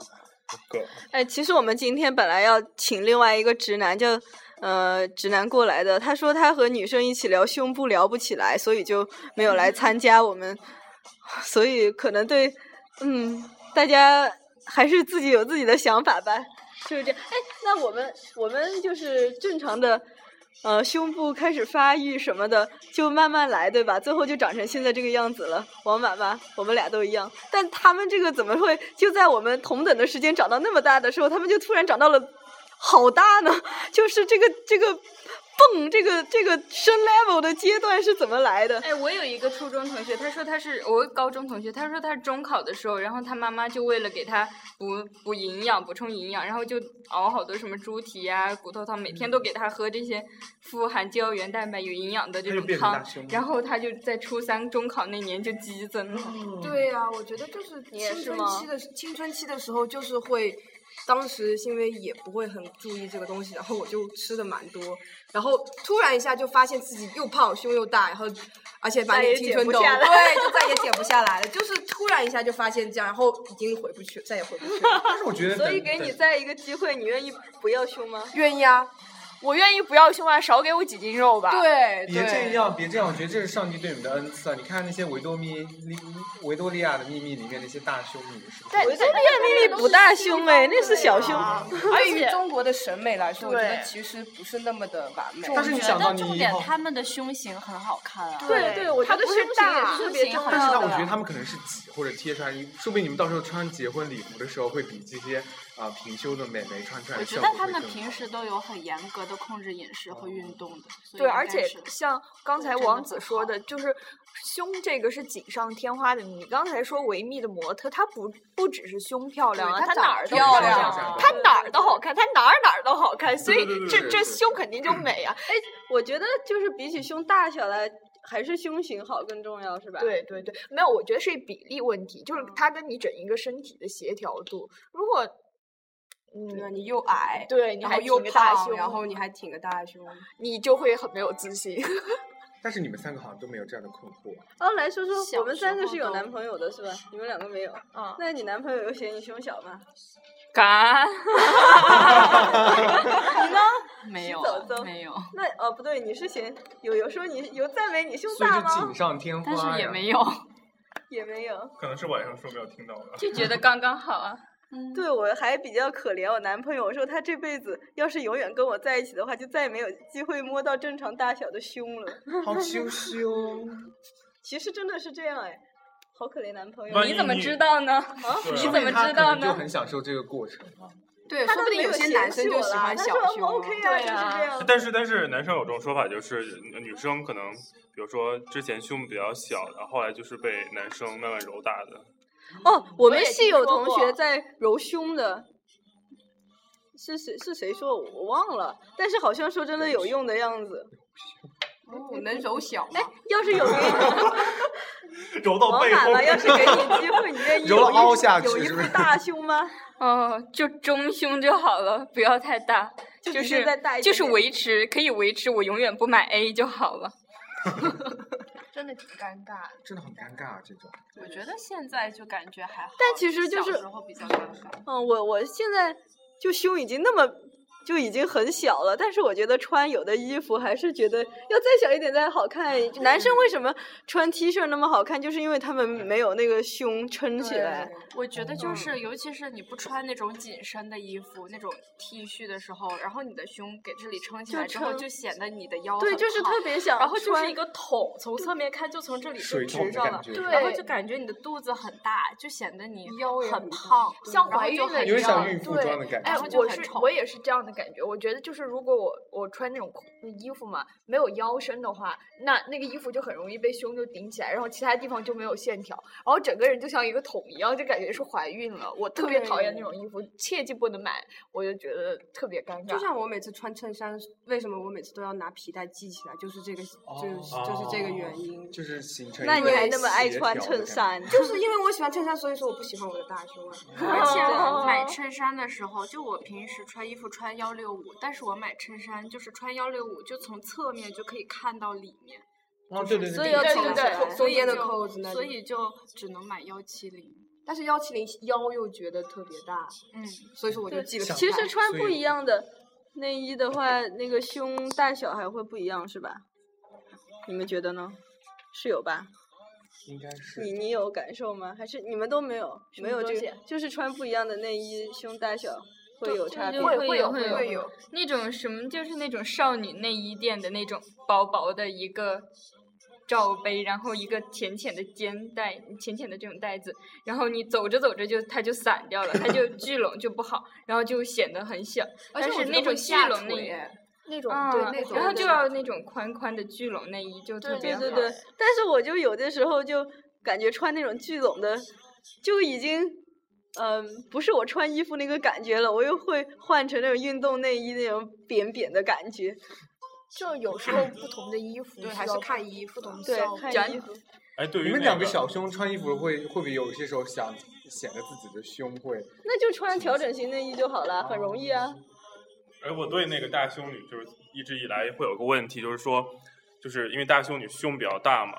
[SPEAKER 8] 个。
[SPEAKER 3] 哎，其实我们今天本来要请另外一个直男，叫呃直男过来的，他说他和女生一起聊胸部聊不起来，所以就没有来参加我们， 所以可能对，嗯，大家还是自己有自己的想法吧，就是这样。哎，那我们我们就是正常的。呃，胸部开始发育什么的，就慢慢来，对吧？最后就长成现在这个样子了。王妈妈，我们俩都一样，但他们这个怎么会就在我们同等的时间长到那么大的时候，他们就突然长到了好大呢？ 就是这个这个蹦这个这个升 level 的阶段是怎么来的？
[SPEAKER 4] 哎，我有一个初中同学，他说他是我高中同学，他说他是中考的时候，然后他妈妈就为了给他补补营养、补充营养，然后就熬好多什么猪蹄呀、骨头汤，每
[SPEAKER 8] 嗯
[SPEAKER 4] 天都给他喝这些富含胶原蛋白、有营养的这
[SPEAKER 8] 他就
[SPEAKER 4] 种
[SPEAKER 8] 变成大
[SPEAKER 4] 汤
[SPEAKER 8] 胸了，
[SPEAKER 4] 然后他就在初三中考那年就激增了。
[SPEAKER 3] 嗯
[SPEAKER 5] 对呀、我觉得就是
[SPEAKER 4] 你也
[SPEAKER 5] 青
[SPEAKER 4] 是
[SPEAKER 5] 春
[SPEAKER 4] 吗
[SPEAKER 5] 期的青春期的时候，就是会，当时是因为也不会很注意这个东西，然后我就吃的蛮多，然后突然一下就发现自己又胖胸又大，然后而且满
[SPEAKER 3] 再
[SPEAKER 5] 脸
[SPEAKER 3] 也
[SPEAKER 5] 青
[SPEAKER 3] 减
[SPEAKER 5] 春
[SPEAKER 3] 不
[SPEAKER 5] 痘，
[SPEAKER 3] 下来
[SPEAKER 5] 对，就再也减不下来了。就是突然一下就发现这样，然后已经回不去，再也回不去 了。
[SPEAKER 9] 但是我觉得
[SPEAKER 3] 所以
[SPEAKER 9] 等
[SPEAKER 3] 给你
[SPEAKER 9] 等
[SPEAKER 3] 再一个机会，你愿意不要胸吗？
[SPEAKER 5] 愿意啊，
[SPEAKER 6] 我愿意不要胸啊，少给我几斤肉吧。
[SPEAKER 5] 哎对
[SPEAKER 9] 别这样，别这样，我觉得这是上帝对你们的恩赐啊！你看那些维多利维多利亚的秘密里面那些大胸女是不是？
[SPEAKER 3] 维多利亚秘密不大胸哎，那是小胸。
[SPEAKER 6] 啊
[SPEAKER 5] 对于中国的审美来说，我觉得
[SPEAKER 11] 对
[SPEAKER 5] 其实不是那么的完美。
[SPEAKER 11] 但是你想到你重点，他们的胸型很好看啊。
[SPEAKER 5] 对对我觉
[SPEAKER 11] 他
[SPEAKER 5] 得
[SPEAKER 11] 不是
[SPEAKER 5] 胸型也
[SPEAKER 11] 大，
[SPEAKER 5] 是特
[SPEAKER 11] 胸
[SPEAKER 5] 别
[SPEAKER 11] 型
[SPEAKER 5] 重
[SPEAKER 11] 很
[SPEAKER 9] 但是
[SPEAKER 11] 好
[SPEAKER 9] 呢，我觉得
[SPEAKER 11] 的。
[SPEAKER 9] 他们可能是挤或者贴出来，说不定你们到时候穿结婚礼服的时候，会比这些啊平胸的美眉穿出来
[SPEAKER 11] 我
[SPEAKER 9] 的
[SPEAKER 11] 觉
[SPEAKER 9] 效
[SPEAKER 11] 得
[SPEAKER 9] 果
[SPEAKER 11] 他
[SPEAKER 9] 会
[SPEAKER 11] 们
[SPEAKER 9] 更哦
[SPEAKER 11] 平时都有很严格的控制饮食和运动的，所以
[SPEAKER 6] 对，
[SPEAKER 11] 应
[SPEAKER 6] 而
[SPEAKER 11] 该
[SPEAKER 6] 且
[SPEAKER 11] 是
[SPEAKER 6] 像刚才
[SPEAKER 11] 真的
[SPEAKER 6] 王
[SPEAKER 11] 很
[SPEAKER 6] 子说的，就是胸这个是锦上添花的。你刚才说维密的模特，她不不只是胸漂亮啊，
[SPEAKER 11] 对她
[SPEAKER 6] 她
[SPEAKER 11] 长
[SPEAKER 6] 哪儿
[SPEAKER 11] 得漂
[SPEAKER 6] 都漂
[SPEAKER 11] 亮啊
[SPEAKER 6] 亮，她哪儿都好看，她哪儿哪儿都 好看，所以
[SPEAKER 3] 对对对对
[SPEAKER 6] 这
[SPEAKER 3] 对
[SPEAKER 6] 这
[SPEAKER 3] 对
[SPEAKER 6] 胸肯定就
[SPEAKER 11] 嗯
[SPEAKER 6] 美啊。
[SPEAKER 3] 哎，我觉得就是比起胸大小来，还是胸型好更重要，是吧？
[SPEAKER 6] 对对对，没有，我觉得是比例问题，
[SPEAKER 11] 嗯
[SPEAKER 6] 就是它跟你整一个身体的协调度。如果嗯，
[SPEAKER 5] 你又矮，
[SPEAKER 6] 对你
[SPEAKER 5] 然
[SPEAKER 6] 还
[SPEAKER 5] 后又
[SPEAKER 6] 挺个大
[SPEAKER 5] 胖，
[SPEAKER 6] 胸
[SPEAKER 5] 然后你还挺个大胸，
[SPEAKER 6] 你就会很没有自信。
[SPEAKER 9] 但是你们三个好像都没有这样的困惑。
[SPEAKER 3] 哦，来说说，
[SPEAKER 6] 小
[SPEAKER 3] 我们三个
[SPEAKER 6] 时
[SPEAKER 3] 是有
[SPEAKER 6] 候都
[SPEAKER 3] 男朋友的是吧？你们两个没有。
[SPEAKER 6] 嗯
[SPEAKER 3] 那你男朋友有嫌你胸小吗？
[SPEAKER 4] 嘎，
[SPEAKER 3] 你呢？
[SPEAKER 11] 没有啊
[SPEAKER 3] 走走
[SPEAKER 11] 没有，
[SPEAKER 3] 那哦不对，你是嫌有有说你有赞美你胸
[SPEAKER 9] 所以
[SPEAKER 3] 大
[SPEAKER 9] 就
[SPEAKER 3] 吗
[SPEAKER 9] 锦？上添花
[SPEAKER 11] 但
[SPEAKER 9] 呀。
[SPEAKER 11] 是也没有，
[SPEAKER 3] 也没有。
[SPEAKER 8] 可能是晚上说没有听到的。
[SPEAKER 4] 就觉得刚刚好啊。
[SPEAKER 5] 嗯
[SPEAKER 3] 对，我还比较可怜我男朋友，我说他这辈子要是永远跟我在一起的话，就再也没有机会摸到正常大小的胸了。
[SPEAKER 9] 好羞羞。
[SPEAKER 3] 其实真的是这样哎，好可怜男朋友。
[SPEAKER 9] 万一
[SPEAKER 4] 你怎么知道呢？
[SPEAKER 3] 啊？
[SPEAKER 9] 对啊
[SPEAKER 4] 你怎么
[SPEAKER 9] 他
[SPEAKER 4] 知
[SPEAKER 9] 可
[SPEAKER 4] 道
[SPEAKER 9] 能就
[SPEAKER 4] 呢？
[SPEAKER 9] 很享受这个过程啊。
[SPEAKER 5] 对，
[SPEAKER 3] 他
[SPEAKER 5] 说不
[SPEAKER 3] 都
[SPEAKER 5] 定
[SPEAKER 3] 没
[SPEAKER 5] 有些
[SPEAKER 3] 嫌
[SPEAKER 5] 男
[SPEAKER 3] 弃
[SPEAKER 5] 生就
[SPEAKER 3] 我
[SPEAKER 5] 喜
[SPEAKER 3] 啦
[SPEAKER 5] 欢
[SPEAKER 3] 他
[SPEAKER 5] 小
[SPEAKER 3] 说
[SPEAKER 5] 胸
[SPEAKER 3] 嗯 OK 啊，就是这样。
[SPEAKER 8] 但是但是男生有种说法，就是呃女生可能，比如说之前胸比较小，然后后来就是被男生慢慢揉大的。
[SPEAKER 3] 哦，我们
[SPEAKER 6] 也
[SPEAKER 3] 系
[SPEAKER 6] 听
[SPEAKER 3] 有
[SPEAKER 6] 说
[SPEAKER 3] 同
[SPEAKER 6] 过
[SPEAKER 3] 学在揉胸的，是谁是谁说我我忘了，但是好像说真的有用的样子。哎
[SPEAKER 5] 哦能揉小吗？
[SPEAKER 3] 要是有 给你
[SPEAKER 8] 揉到
[SPEAKER 3] 王
[SPEAKER 8] 背
[SPEAKER 3] 妈
[SPEAKER 8] 后
[SPEAKER 3] 妈，要是给你机会，你愿意
[SPEAKER 9] 揉
[SPEAKER 3] 有
[SPEAKER 9] 了
[SPEAKER 3] 一
[SPEAKER 9] 凹下
[SPEAKER 3] 有
[SPEAKER 9] 去
[SPEAKER 3] 一
[SPEAKER 9] 是
[SPEAKER 3] 副
[SPEAKER 9] 不是
[SPEAKER 3] 大胸 吗？
[SPEAKER 4] 哦，就中胸就好了，不要太大，
[SPEAKER 3] 就
[SPEAKER 4] 就
[SPEAKER 3] 只是
[SPEAKER 4] 是
[SPEAKER 3] 再大一点
[SPEAKER 4] 就是
[SPEAKER 3] 点
[SPEAKER 4] 维持，可以维持，我永远不买 A 就好了。
[SPEAKER 11] 真的挺尴尬的。
[SPEAKER 9] 真的很尴尬、啊、这种。
[SPEAKER 11] 我觉得现在就感觉还好，
[SPEAKER 3] 但其实就
[SPEAKER 11] 小
[SPEAKER 3] 是
[SPEAKER 11] 时候比较尴尬。
[SPEAKER 3] 嗯，我我现在就胸已经那么。就已经很小了，但是我觉得穿有的衣服还是觉得要再小一点才好看。男生为什么穿 T 恤那么好看，就是因为他们没有那个胸撑起来。
[SPEAKER 11] 我觉得
[SPEAKER 5] 嗯
[SPEAKER 11] 就是，尤其是你不穿那种紧身的衣服，那种 T 恤的时候，然后你的胸给这里撑起
[SPEAKER 3] 就
[SPEAKER 11] 来之后，
[SPEAKER 3] 撑
[SPEAKER 11] 就显得你的腰
[SPEAKER 3] 对，
[SPEAKER 11] 很
[SPEAKER 3] 就是
[SPEAKER 11] 胖
[SPEAKER 3] 特别想穿，
[SPEAKER 11] 然后就是一个桶，从侧面看就从这里就
[SPEAKER 9] 水桶
[SPEAKER 11] 直
[SPEAKER 9] 的
[SPEAKER 11] 上
[SPEAKER 9] 感
[SPEAKER 11] 了，
[SPEAKER 9] 觉对
[SPEAKER 11] 然后就感觉你的肚子很大，就显得你
[SPEAKER 5] 腰也
[SPEAKER 11] 很
[SPEAKER 5] 很
[SPEAKER 11] 胖，
[SPEAKER 6] 像
[SPEAKER 11] 然后
[SPEAKER 6] 怀
[SPEAKER 11] 就
[SPEAKER 6] 孕了
[SPEAKER 11] 很
[SPEAKER 6] 一
[SPEAKER 9] 有点像
[SPEAKER 11] 胀
[SPEAKER 9] 孕妇
[SPEAKER 6] 对
[SPEAKER 9] 装的感觉
[SPEAKER 6] 哎
[SPEAKER 11] 然后，就
[SPEAKER 6] 我
[SPEAKER 11] 很
[SPEAKER 6] 是
[SPEAKER 11] 丑
[SPEAKER 6] 我也是这样的感觉。我觉得就是如果我我穿那种裤衣服嘛，没有腰身的话，那那个衣服就很容易被胸就顶起来，然后其他地方就没有线条，然后整个人就像一个桶一样，就感觉是怀孕了。我特别讨厌那种衣服，切记不能买，我就觉得特别尴
[SPEAKER 5] 就
[SPEAKER 6] 尬。
[SPEAKER 5] 像我每次穿衬衫，为什么我每次都要拿皮带系起来？就是这个，
[SPEAKER 9] 哦
[SPEAKER 5] 就是就是这个原因。
[SPEAKER 9] 就是形成。
[SPEAKER 3] 那你还那么爱穿衬？衫？
[SPEAKER 5] 就是因为我喜欢衬衫，所以说我不喜欢我的大胸啊。
[SPEAKER 11] 而
[SPEAKER 3] 哦
[SPEAKER 11] 且买 衬衫的时候，就我平时穿衣服穿幺六五，但是我买衬衫就是穿幺六五，就从侧面就可以看到里面，
[SPEAKER 9] 哦，对对
[SPEAKER 3] 所以
[SPEAKER 9] 对
[SPEAKER 3] 要
[SPEAKER 5] 对
[SPEAKER 3] 挺
[SPEAKER 5] 对
[SPEAKER 3] 起
[SPEAKER 5] 对
[SPEAKER 3] 来
[SPEAKER 5] 中
[SPEAKER 11] 所以
[SPEAKER 5] 间的
[SPEAKER 11] 就
[SPEAKER 5] 扣子那里
[SPEAKER 11] 所以就只能买幺七零。
[SPEAKER 5] 但是幺七零腰又觉得特别大，
[SPEAKER 4] 嗯，
[SPEAKER 5] 所以说我就记了。
[SPEAKER 3] 其实穿不一样的内衣的话，那个胸大小还会不一样，是吧？你们觉得呢？是有吧？
[SPEAKER 9] 应该是
[SPEAKER 3] 你你有感受吗？还是你们都没有？
[SPEAKER 4] 什么
[SPEAKER 3] 没有
[SPEAKER 4] 东
[SPEAKER 3] 这
[SPEAKER 4] 西
[SPEAKER 3] 个，就是穿不一样的内衣，胸大小会有差别。
[SPEAKER 4] 会有会有那种什么，就是那种少女内衣店的那种薄薄的一个罩杯，然后一个浅浅的肩带，浅浅的这种带子，然后你走着走着就它就散掉了，它就聚拢就不好，然后就显得很小。
[SPEAKER 11] 而
[SPEAKER 4] 但
[SPEAKER 11] 且我
[SPEAKER 4] 是
[SPEAKER 11] 觉
[SPEAKER 4] 那
[SPEAKER 11] 得
[SPEAKER 4] 种
[SPEAKER 11] 会
[SPEAKER 4] 聚
[SPEAKER 11] 下
[SPEAKER 4] 拢
[SPEAKER 11] 垂
[SPEAKER 4] 内衣
[SPEAKER 11] 哎。
[SPEAKER 6] 那
[SPEAKER 3] 种
[SPEAKER 4] 啊
[SPEAKER 3] 对那种
[SPEAKER 4] 然后
[SPEAKER 3] 那种
[SPEAKER 4] 就要那种宽宽的聚拢内衣，就特
[SPEAKER 3] 对
[SPEAKER 4] 别
[SPEAKER 3] 对
[SPEAKER 4] 好。
[SPEAKER 3] 对对，但是我就有的时候就感觉穿那种聚拢的，就已经，嗯、不是我穿衣服那个感觉了，我又会换成那种运动内衣那种扁扁的感觉。
[SPEAKER 6] 就有时候不同的衣服
[SPEAKER 5] 对还是看衣服，不同
[SPEAKER 3] 对
[SPEAKER 6] 效果，
[SPEAKER 3] 看衣服。
[SPEAKER 8] 哎，对于
[SPEAKER 9] 你们
[SPEAKER 8] 那
[SPEAKER 9] 两个小胸穿衣服会会不会有些时候想显得自己的胸会？
[SPEAKER 3] 那就穿调整型内衣就好了，很容易啊。
[SPEAKER 5] 哦
[SPEAKER 8] 哎，我对那个大胸女就是一直以来会有个问题，就是说，就是因为大胸女胸比较大嘛，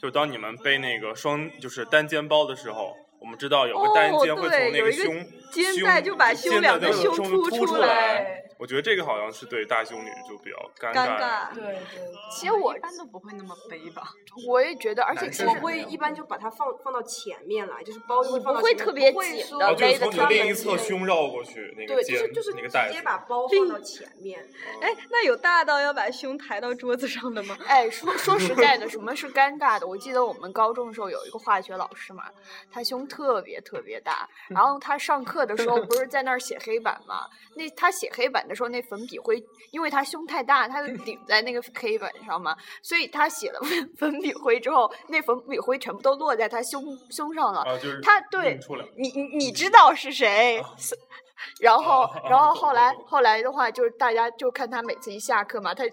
[SPEAKER 8] 就是当你们背那个双就是单肩包的时候，我们知道有个单
[SPEAKER 3] 哦
[SPEAKER 8] 肩会
[SPEAKER 3] 对
[SPEAKER 8] 从那
[SPEAKER 3] 有
[SPEAKER 8] 个
[SPEAKER 3] 一个
[SPEAKER 8] 胸、
[SPEAKER 3] 肩
[SPEAKER 8] 胸
[SPEAKER 3] 带就把
[SPEAKER 8] 肩
[SPEAKER 3] 胸
[SPEAKER 8] 带
[SPEAKER 3] 两个
[SPEAKER 8] 那个
[SPEAKER 3] 胸
[SPEAKER 8] 胸
[SPEAKER 3] 凸
[SPEAKER 8] 凸
[SPEAKER 3] 出
[SPEAKER 8] 来
[SPEAKER 3] 来。
[SPEAKER 8] 我觉得这个好像是对大胸女就比较尴
[SPEAKER 3] 尴尬
[SPEAKER 5] 对对，
[SPEAKER 6] 其实我
[SPEAKER 11] 一般都不会那么背吧。
[SPEAKER 6] 我也觉得，而且
[SPEAKER 5] 而
[SPEAKER 6] 其
[SPEAKER 5] 且
[SPEAKER 6] 实
[SPEAKER 5] 我会一般就把它放放到前面来，就是包就会放到
[SPEAKER 3] 不会
[SPEAKER 5] 前面
[SPEAKER 3] 特别
[SPEAKER 5] 不会
[SPEAKER 3] 紧
[SPEAKER 5] 说
[SPEAKER 3] 的
[SPEAKER 8] 哦，就是
[SPEAKER 3] 背得
[SPEAKER 8] 从你的
[SPEAKER 3] 专
[SPEAKER 8] 另
[SPEAKER 3] 门
[SPEAKER 8] 一侧
[SPEAKER 3] 紧
[SPEAKER 8] 胸绕过去那个
[SPEAKER 5] 对，就
[SPEAKER 8] 肩
[SPEAKER 5] 是就是
[SPEAKER 8] 那个
[SPEAKER 5] 直
[SPEAKER 8] 带
[SPEAKER 5] 接
[SPEAKER 8] 子。
[SPEAKER 5] 把包放到前面。
[SPEAKER 3] 哎，那有大到要把胸抬到桌子上的 吗？
[SPEAKER 6] 哎，说说实在的，什么是尴尬的？我记得我们高中的时候有一个化学老师嘛，他胸特别特别大，然后他上课的时候不是在那儿写黑板嘛，那他写黑板的时候，那粉笔灰因为他胸太大，他就顶在那个黑板上嘛，所以他写了 粉笔灰之后，那粉笔灰全部都落在他胸胸上了。
[SPEAKER 8] 啊，就是
[SPEAKER 6] 他对
[SPEAKER 8] 印出来，
[SPEAKER 6] 你你你知道是谁？
[SPEAKER 8] 哦
[SPEAKER 6] 是然后
[SPEAKER 8] 啊啊
[SPEAKER 6] 然后
[SPEAKER 8] 懂
[SPEAKER 6] 后
[SPEAKER 8] 懂
[SPEAKER 6] 来
[SPEAKER 8] 懂
[SPEAKER 6] 后来的话，就是大家就看他每次一下课嘛，他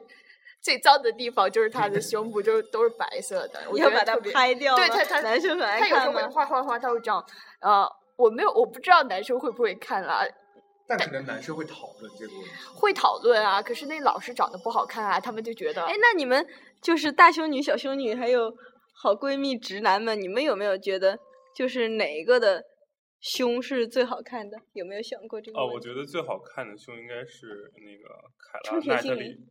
[SPEAKER 6] 最脏的地方就是他的胸部，就是都是白色的，我觉
[SPEAKER 3] 要
[SPEAKER 6] 得
[SPEAKER 3] 把它
[SPEAKER 6] 特别
[SPEAKER 3] 拍掉
[SPEAKER 6] 对
[SPEAKER 3] 吗
[SPEAKER 6] 他他
[SPEAKER 3] 男生很爱
[SPEAKER 6] 他有时候
[SPEAKER 3] 看
[SPEAKER 6] 会
[SPEAKER 3] 吗
[SPEAKER 6] 画画画，他会这样，呃，我没有我不知道男生会不会看啦，
[SPEAKER 9] 但可能男生会讨论这个问题。
[SPEAKER 6] 会讨论啊，可是那老师长得不好看啊，他们就觉得
[SPEAKER 3] 哎，那你们就是大胸女、小胸女，还有好闺蜜直男们，你们有没有觉得就是哪一个的胸是最好看的？有没有想过这个
[SPEAKER 8] 哦，
[SPEAKER 3] 问
[SPEAKER 8] 我
[SPEAKER 3] 题？
[SPEAKER 8] 觉得最好看的胸应该是那个凯
[SPEAKER 3] 冲
[SPEAKER 8] 拉
[SPEAKER 3] 田
[SPEAKER 8] 奈特
[SPEAKER 3] 杏
[SPEAKER 8] 里
[SPEAKER 3] 林，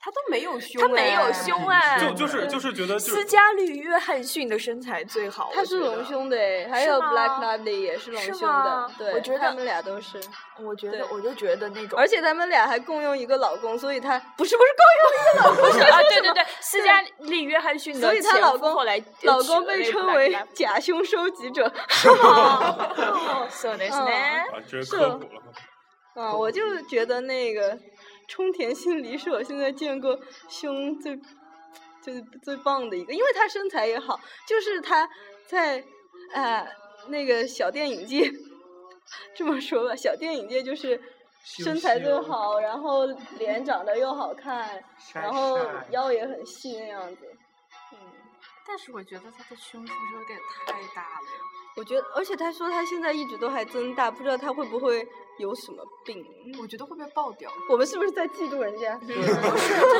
[SPEAKER 5] 他都没有胸
[SPEAKER 6] 他没
[SPEAKER 5] 哎
[SPEAKER 6] 有胸哎，
[SPEAKER 3] 嗯
[SPEAKER 8] 就就是就是觉得就是
[SPEAKER 6] 斯嘉丽约翰逊的身材最好，
[SPEAKER 3] 她
[SPEAKER 6] 我
[SPEAKER 3] 是
[SPEAKER 6] 觉得
[SPEAKER 3] 隆胸的诶，还
[SPEAKER 6] 是
[SPEAKER 3] 有
[SPEAKER 6] 吗
[SPEAKER 3] Black Lovely 也是隆
[SPEAKER 6] 是
[SPEAKER 3] 胸的
[SPEAKER 6] 吗，
[SPEAKER 3] 对，
[SPEAKER 6] 我觉得
[SPEAKER 3] 他们俩都是，
[SPEAKER 6] 我觉
[SPEAKER 3] 对
[SPEAKER 6] 得我就觉得那种，
[SPEAKER 3] 而且他们俩还共用一个老公，所以她不是不 是共用一个老公，
[SPEAKER 6] 啊，对对对，斯嘉丽约翰逊的
[SPEAKER 3] 所以她
[SPEAKER 6] 前
[SPEAKER 3] 老
[SPEAKER 6] 夫
[SPEAKER 3] 公
[SPEAKER 6] 后来
[SPEAKER 3] 老公被称为假胸收集者，是吗？
[SPEAKER 6] so this
[SPEAKER 3] 嗯
[SPEAKER 6] 呢，
[SPEAKER 8] 啊，这
[SPEAKER 3] 是
[SPEAKER 8] 是科普了。
[SPEAKER 3] 啊，我就觉得那个冲田杏梨是我现在见过胸最就是最棒的一个，因为她身材也好，就是她在呃那个小电影界 这么说吧，小电影界就是身材最
[SPEAKER 9] 羞羞
[SPEAKER 3] 好，然后脸长得又好看，
[SPEAKER 9] 晒
[SPEAKER 3] 然后
[SPEAKER 9] 晒
[SPEAKER 3] 腰也很细那样子。嗯
[SPEAKER 11] 但是我觉得他的胸是不是有点太大了呀？
[SPEAKER 3] 我觉得，而且她说她现在一直都还增大，不知道她会不会有什么病。
[SPEAKER 5] 我觉得会不会爆掉？
[SPEAKER 3] 我们是不是在嫉妒人家？
[SPEAKER 6] 不是真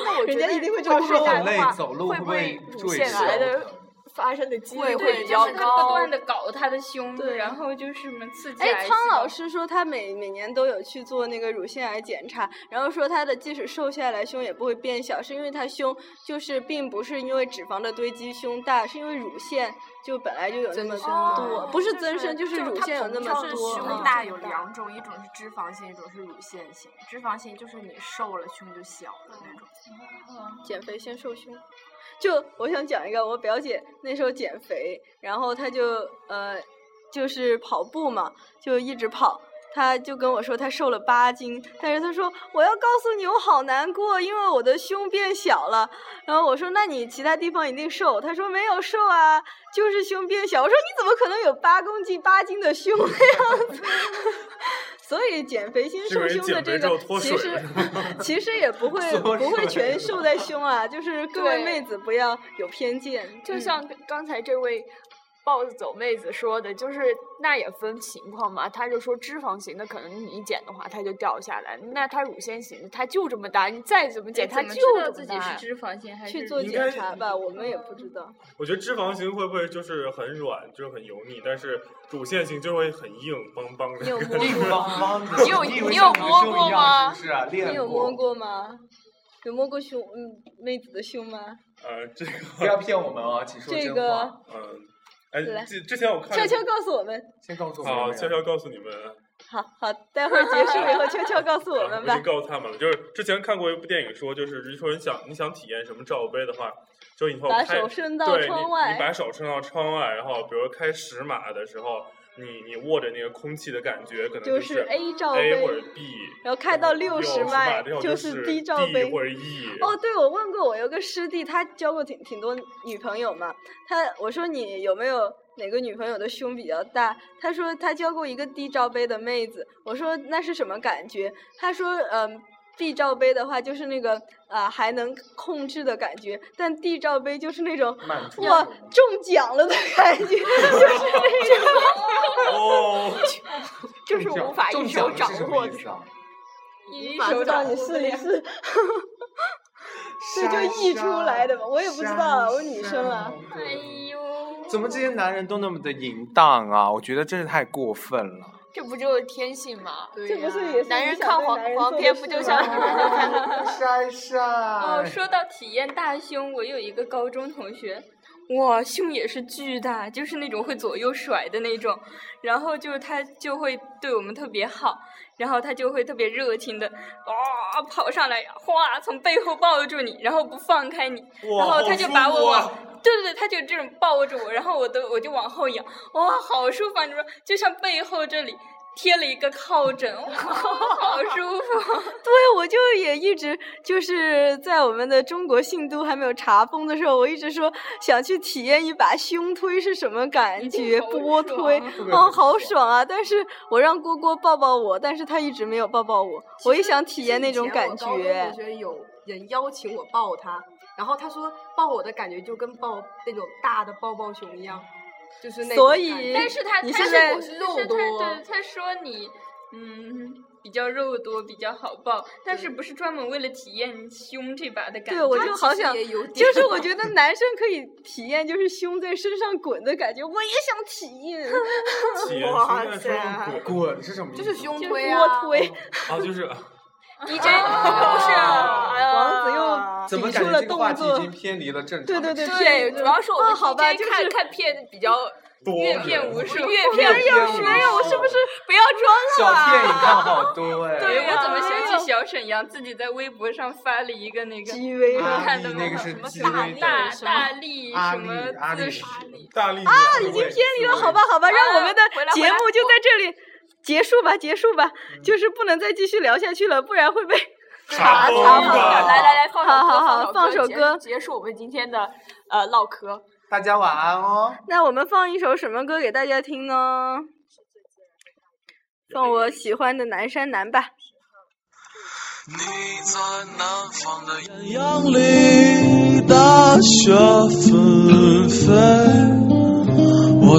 [SPEAKER 6] 的， 我
[SPEAKER 3] 人
[SPEAKER 6] 觉
[SPEAKER 3] 家
[SPEAKER 6] 得
[SPEAKER 3] 一定会这么
[SPEAKER 6] 高
[SPEAKER 3] 说
[SPEAKER 6] 瘦大
[SPEAKER 9] 很累
[SPEAKER 6] 的话，
[SPEAKER 9] 走路
[SPEAKER 6] 会
[SPEAKER 9] 会不
[SPEAKER 6] 不会
[SPEAKER 9] 会注
[SPEAKER 6] 乳
[SPEAKER 9] 意
[SPEAKER 6] 腺
[SPEAKER 9] 消
[SPEAKER 6] 癌
[SPEAKER 9] 化
[SPEAKER 6] 的发生的几率
[SPEAKER 5] 会
[SPEAKER 6] 会
[SPEAKER 5] 会
[SPEAKER 6] 比
[SPEAKER 5] 就
[SPEAKER 6] 较
[SPEAKER 5] 是
[SPEAKER 4] 他不
[SPEAKER 6] 高？
[SPEAKER 4] 断的搞他的胸，
[SPEAKER 3] 对
[SPEAKER 4] 然后就是什么刺激癌
[SPEAKER 3] 哎，
[SPEAKER 4] 细
[SPEAKER 3] 苍老
[SPEAKER 4] 胞
[SPEAKER 3] 师说他每每年都有去做那个乳腺癌检查，然后说他的即使瘦下来，胸也不会变小，是因为他胸就是并不是因为脂肪的堆积胸大，是因为乳腺就本来就有那么多，不是增生就是乳腺有那么
[SPEAKER 11] 就是
[SPEAKER 3] 多。
[SPEAKER 11] 胸
[SPEAKER 3] 嗯
[SPEAKER 11] 大有两种，一种是脂肪型，一种是乳腺型。脂肪型就是你瘦了胸就小了那种。
[SPEAKER 3] 减肥先瘦胸。就我想讲一个，我表姐那时候减肥，然后她就呃，就是跑步嘛，就一直跑。她就跟我说她瘦了八斤，但是她说我要告诉你我好难过，因为我的胸变小了。然后我说那你其他地方一定瘦，她说没有瘦啊，就是胸变小。我说你怎么可能有八公斤八斤的胸那样子？ 所以减肥先
[SPEAKER 8] 这个
[SPEAKER 3] 瘦
[SPEAKER 8] 人
[SPEAKER 3] 胸的
[SPEAKER 8] 减
[SPEAKER 3] 这
[SPEAKER 8] 肥之后
[SPEAKER 3] 个，
[SPEAKER 8] 脱
[SPEAKER 3] 其
[SPEAKER 8] 水
[SPEAKER 3] 实
[SPEAKER 8] 了
[SPEAKER 3] 其实也 不会
[SPEAKER 9] 缩
[SPEAKER 3] 不会
[SPEAKER 9] 水
[SPEAKER 3] 全
[SPEAKER 9] 了
[SPEAKER 3] 瘦在胸啊，就是各位
[SPEAKER 6] 对
[SPEAKER 3] 妹子不要有偏见，嗯
[SPEAKER 6] 就像刚才这位豹子走妹子说的，就是那也分情况嘛。他就说脂肪型的，可能你一减的话，它就掉下来；那它乳腺型的，它就这么大，你再怎么减，它
[SPEAKER 4] 怎么
[SPEAKER 6] 就
[SPEAKER 4] 知道
[SPEAKER 6] 这
[SPEAKER 4] 自
[SPEAKER 6] 么
[SPEAKER 4] 己是
[SPEAKER 6] 大。
[SPEAKER 4] 脂肪型还是
[SPEAKER 3] 去做
[SPEAKER 4] 应
[SPEAKER 3] 检
[SPEAKER 4] 该
[SPEAKER 3] 查吧，我们也不知 道。
[SPEAKER 8] 我觉得脂肪型会不会就是很软，就是很油腻，但是乳腺型就会很硬邦邦的。
[SPEAKER 3] 你有摸
[SPEAKER 8] 硬
[SPEAKER 3] 过吗
[SPEAKER 8] 邦邦？
[SPEAKER 3] 你有你有摸过吗？你有摸
[SPEAKER 9] 啊过？
[SPEAKER 3] 过吗？有摸过胸嗯妹子的胸吗？
[SPEAKER 8] 呃， 这个
[SPEAKER 9] 不要骗我们啊，请说
[SPEAKER 3] 这
[SPEAKER 9] 真
[SPEAKER 3] 个
[SPEAKER 9] 话。
[SPEAKER 8] 嗯，
[SPEAKER 3] 来
[SPEAKER 8] 哎，之之前我看
[SPEAKER 3] 悄悄告诉我们。
[SPEAKER 9] 先告诉我
[SPEAKER 8] 好，
[SPEAKER 9] 们。
[SPEAKER 8] 悄悄告诉你们，啊
[SPEAKER 3] 好好，待会儿结束以后，悄悄告诉我们
[SPEAKER 8] 我 已
[SPEAKER 3] 吧
[SPEAKER 8] 经。告诉他们了。就是之前看过一部电影，说就是如果你想你想体验什么罩杯的话，就以后
[SPEAKER 3] 把
[SPEAKER 8] 开
[SPEAKER 3] 手伸到
[SPEAKER 8] 对
[SPEAKER 3] 窗
[SPEAKER 8] 你
[SPEAKER 3] 外
[SPEAKER 8] 你把手伸到窗外，然后比如开十码的时候，你你握着那个空气的感觉，可能
[SPEAKER 3] 就是 A 罩
[SPEAKER 8] A
[SPEAKER 3] 杯
[SPEAKER 8] 或者 B，
[SPEAKER 3] 然后开到六十
[SPEAKER 8] 码
[SPEAKER 3] 迈
[SPEAKER 8] 之后
[SPEAKER 3] 就是 B 罩杯。
[SPEAKER 8] 或者 E。
[SPEAKER 3] 哦，对，我问过我有个师弟，他交过挺挺多女朋友嘛。他我说你有没有哪个女朋友的胸比较大？他说他交过一个 D 罩杯的妹子。我说那是什么感觉？他说嗯。B 罩杯的话就是那个啊、还能控制的感觉，但 D 罩杯就是那种
[SPEAKER 9] 满足
[SPEAKER 3] 哇中奖了的感觉，就是那种
[SPEAKER 8] 哦，
[SPEAKER 6] 就是无法一手掌握的。
[SPEAKER 9] 啊
[SPEAKER 3] 一手掌你试一试，
[SPEAKER 9] 沙
[SPEAKER 3] 这就溢出来的嘛，我也不知道啊，我女生啊。
[SPEAKER 4] 哎呦，
[SPEAKER 9] 怎么这些男人都那么的淫荡啊？我觉得真是太过分了。
[SPEAKER 6] 这不就是天性吗？
[SPEAKER 3] 这不是也是
[SPEAKER 6] 男人
[SPEAKER 3] 你想
[SPEAKER 6] 看
[SPEAKER 3] 对
[SPEAKER 6] 黄
[SPEAKER 3] 男人
[SPEAKER 6] 黄
[SPEAKER 3] 做的
[SPEAKER 6] 片
[SPEAKER 3] 事
[SPEAKER 6] 不就
[SPEAKER 3] 吗
[SPEAKER 6] 像女人就看的
[SPEAKER 9] 晒晒。哎
[SPEAKER 4] 哦，说到体验大胸，我有一个高中同学，哇，胸也是巨大，就是那种会左右甩的那种。然后就是他就会对我们特别好，然后他就会特别热情的啊、跑上来，哗从背后抱住你，然后不放开你，
[SPEAKER 8] 哇
[SPEAKER 4] 然后
[SPEAKER 8] 好
[SPEAKER 4] 他就
[SPEAKER 8] 舒
[SPEAKER 4] 把
[SPEAKER 8] 服
[SPEAKER 4] 我
[SPEAKER 8] 啊
[SPEAKER 4] 往。对对对，他就这种抱着我，然后我都我就往后仰，哇，好舒服啊！你说，就像背后这里贴了一个靠枕，哇，好舒服。
[SPEAKER 3] 对， 我就也一直就是在我们的中国信都还没有查封的时候，我一直说想去体验一把胸推是什么感觉，波推
[SPEAKER 9] 不，会
[SPEAKER 3] 哦，
[SPEAKER 9] 很
[SPEAKER 3] 好爽啊！但是我让郭郭抱抱我，但是他一直没有抱抱我，我也想体验那种感
[SPEAKER 5] 以前我高中
[SPEAKER 3] 觉
[SPEAKER 5] 同。学有人邀请我抱他，然后他说抱我的感觉就跟抱那种大的抱抱熊一样，就是那种
[SPEAKER 3] 所
[SPEAKER 5] 感
[SPEAKER 3] 以
[SPEAKER 5] 觉
[SPEAKER 4] 但是他
[SPEAKER 3] 你
[SPEAKER 4] 他
[SPEAKER 3] 现
[SPEAKER 4] 是
[SPEAKER 3] 在
[SPEAKER 4] 我是
[SPEAKER 5] 肉
[SPEAKER 4] 他
[SPEAKER 5] 多
[SPEAKER 4] 对，他说你嗯比较肉多，比较好抱，但是不是专门为了体验胸这把的感觉？
[SPEAKER 3] 对，我就好
[SPEAKER 5] 其实
[SPEAKER 3] 想
[SPEAKER 5] 也有，
[SPEAKER 3] 就
[SPEAKER 5] 点
[SPEAKER 3] 是我觉得男生可以体验，就是胸在身上滚的感觉，我也想体验。
[SPEAKER 8] 起源胸在说用滚
[SPEAKER 9] 滚是什么意思？
[SPEAKER 5] 就是 胸
[SPEAKER 3] 就是
[SPEAKER 5] 推
[SPEAKER 3] 波
[SPEAKER 5] 啊，
[SPEAKER 3] 推，
[SPEAKER 8] 啊，就是
[SPEAKER 4] 你这不是
[SPEAKER 3] 王子又
[SPEAKER 9] 啊怎么
[SPEAKER 3] 提
[SPEAKER 9] 感
[SPEAKER 3] 出
[SPEAKER 9] 觉
[SPEAKER 3] 了
[SPEAKER 9] 啊这个话
[SPEAKER 3] 动
[SPEAKER 9] 题
[SPEAKER 3] 作
[SPEAKER 9] 已经偏离了正常？
[SPEAKER 3] 对对对
[SPEAKER 4] 对，主要是我
[SPEAKER 3] 哦
[SPEAKER 4] 们
[SPEAKER 3] 好吧
[SPEAKER 4] DJ
[SPEAKER 3] 就是
[SPEAKER 4] 看看片比较哦
[SPEAKER 8] 多
[SPEAKER 4] 阅片 无数，阅
[SPEAKER 3] 没
[SPEAKER 4] 片无
[SPEAKER 3] 有
[SPEAKER 4] 数，
[SPEAKER 3] 没有，我是不是？
[SPEAKER 4] 不要装
[SPEAKER 9] 小
[SPEAKER 4] 了
[SPEAKER 9] 片你
[SPEAKER 4] 啊。
[SPEAKER 9] 看好多哎。
[SPEAKER 4] 对，我怎么
[SPEAKER 3] 哎
[SPEAKER 4] 想
[SPEAKER 3] 呀
[SPEAKER 4] 起小沈阳自己在微博上发了一个那个
[SPEAKER 3] G V
[SPEAKER 4] 你
[SPEAKER 9] 啊
[SPEAKER 4] 看的
[SPEAKER 9] 你
[SPEAKER 4] 吗
[SPEAKER 9] 那个是
[SPEAKER 4] 什么
[SPEAKER 9] 鸡
[SPEAKER 4] 大
[SPEAKER 9] 尾
[SPEAKER 4] 大
[SPEAKER 9] 的
[SPEAKER 4] 大力
[SPEAKER 9] 阿
[SPEAKER 4] 什
[SPEAKER 9] 丽
[SPEAKER 4] 么
[SPEAKER 9] 阿
[SPEAKER 4] 姿
[SPEAKER 9] 丽
[SPEAKER 4] 势？
[SPEAKER 8] 大力啊，
[SPEAKER 3] 啊，已经偏离了，好吧，好吧，让我们的
[SPEAKER 4] 回来回
[SPEAKER 3] 节
[SPEAKER 4] 来嗯
[SPEAKER 3] 目就在这里结束吧，结束吧，就是不能再继续聊下去了，不然会被
[SPEAKER 8] 查封
[SPEAKER 3] 查封
[SPEAKER 8] 的
[SPEAKER 3] 的
[SPEAKER 4] 来来来，放首歌，
[SPEAKER 3] 好好好
[SPEAKER 4] 放
[SPEAKER 3] 放
[SPEAKER 4] 首
[SPEAKER 3] 首
[SPEAKER 4] 歌。
[SPEAKER 3] 歌。
[SPEAKER 6] 结束我们今天的呃唠嗑。
[SPEAKER 9] 大家晚安哦。
[SPEAKER 3] 那我们放一首什么歌给大家听呢？放我喜欢的《南山南》吧。
[SPEAKER 2] 你在南方的艳阳里，大雪纷飞；我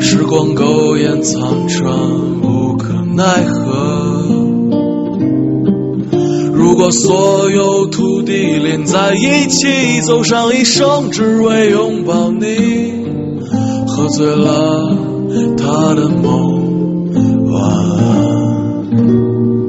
[SPEAKER 2] 时光苟延残喘，无可奈何。如果所有土地连在一起，走上一生只为拥抱你。喝醉了，他的梦，晚安。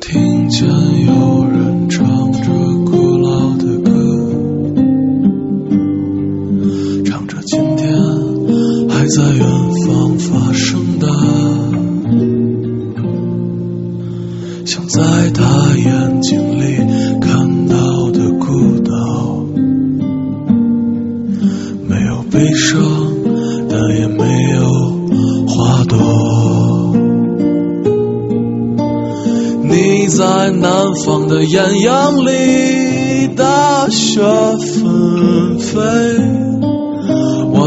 [SPEAKER 2] 听见有人唱着古老的歌，唱着今天还在远方发生的，想在他眼睛里看到的孤岛，没有悲伤，但也没有花朵。你在南方的艳阳里大雪纷飞，我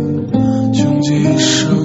[SPEAKER 2] 穷极一生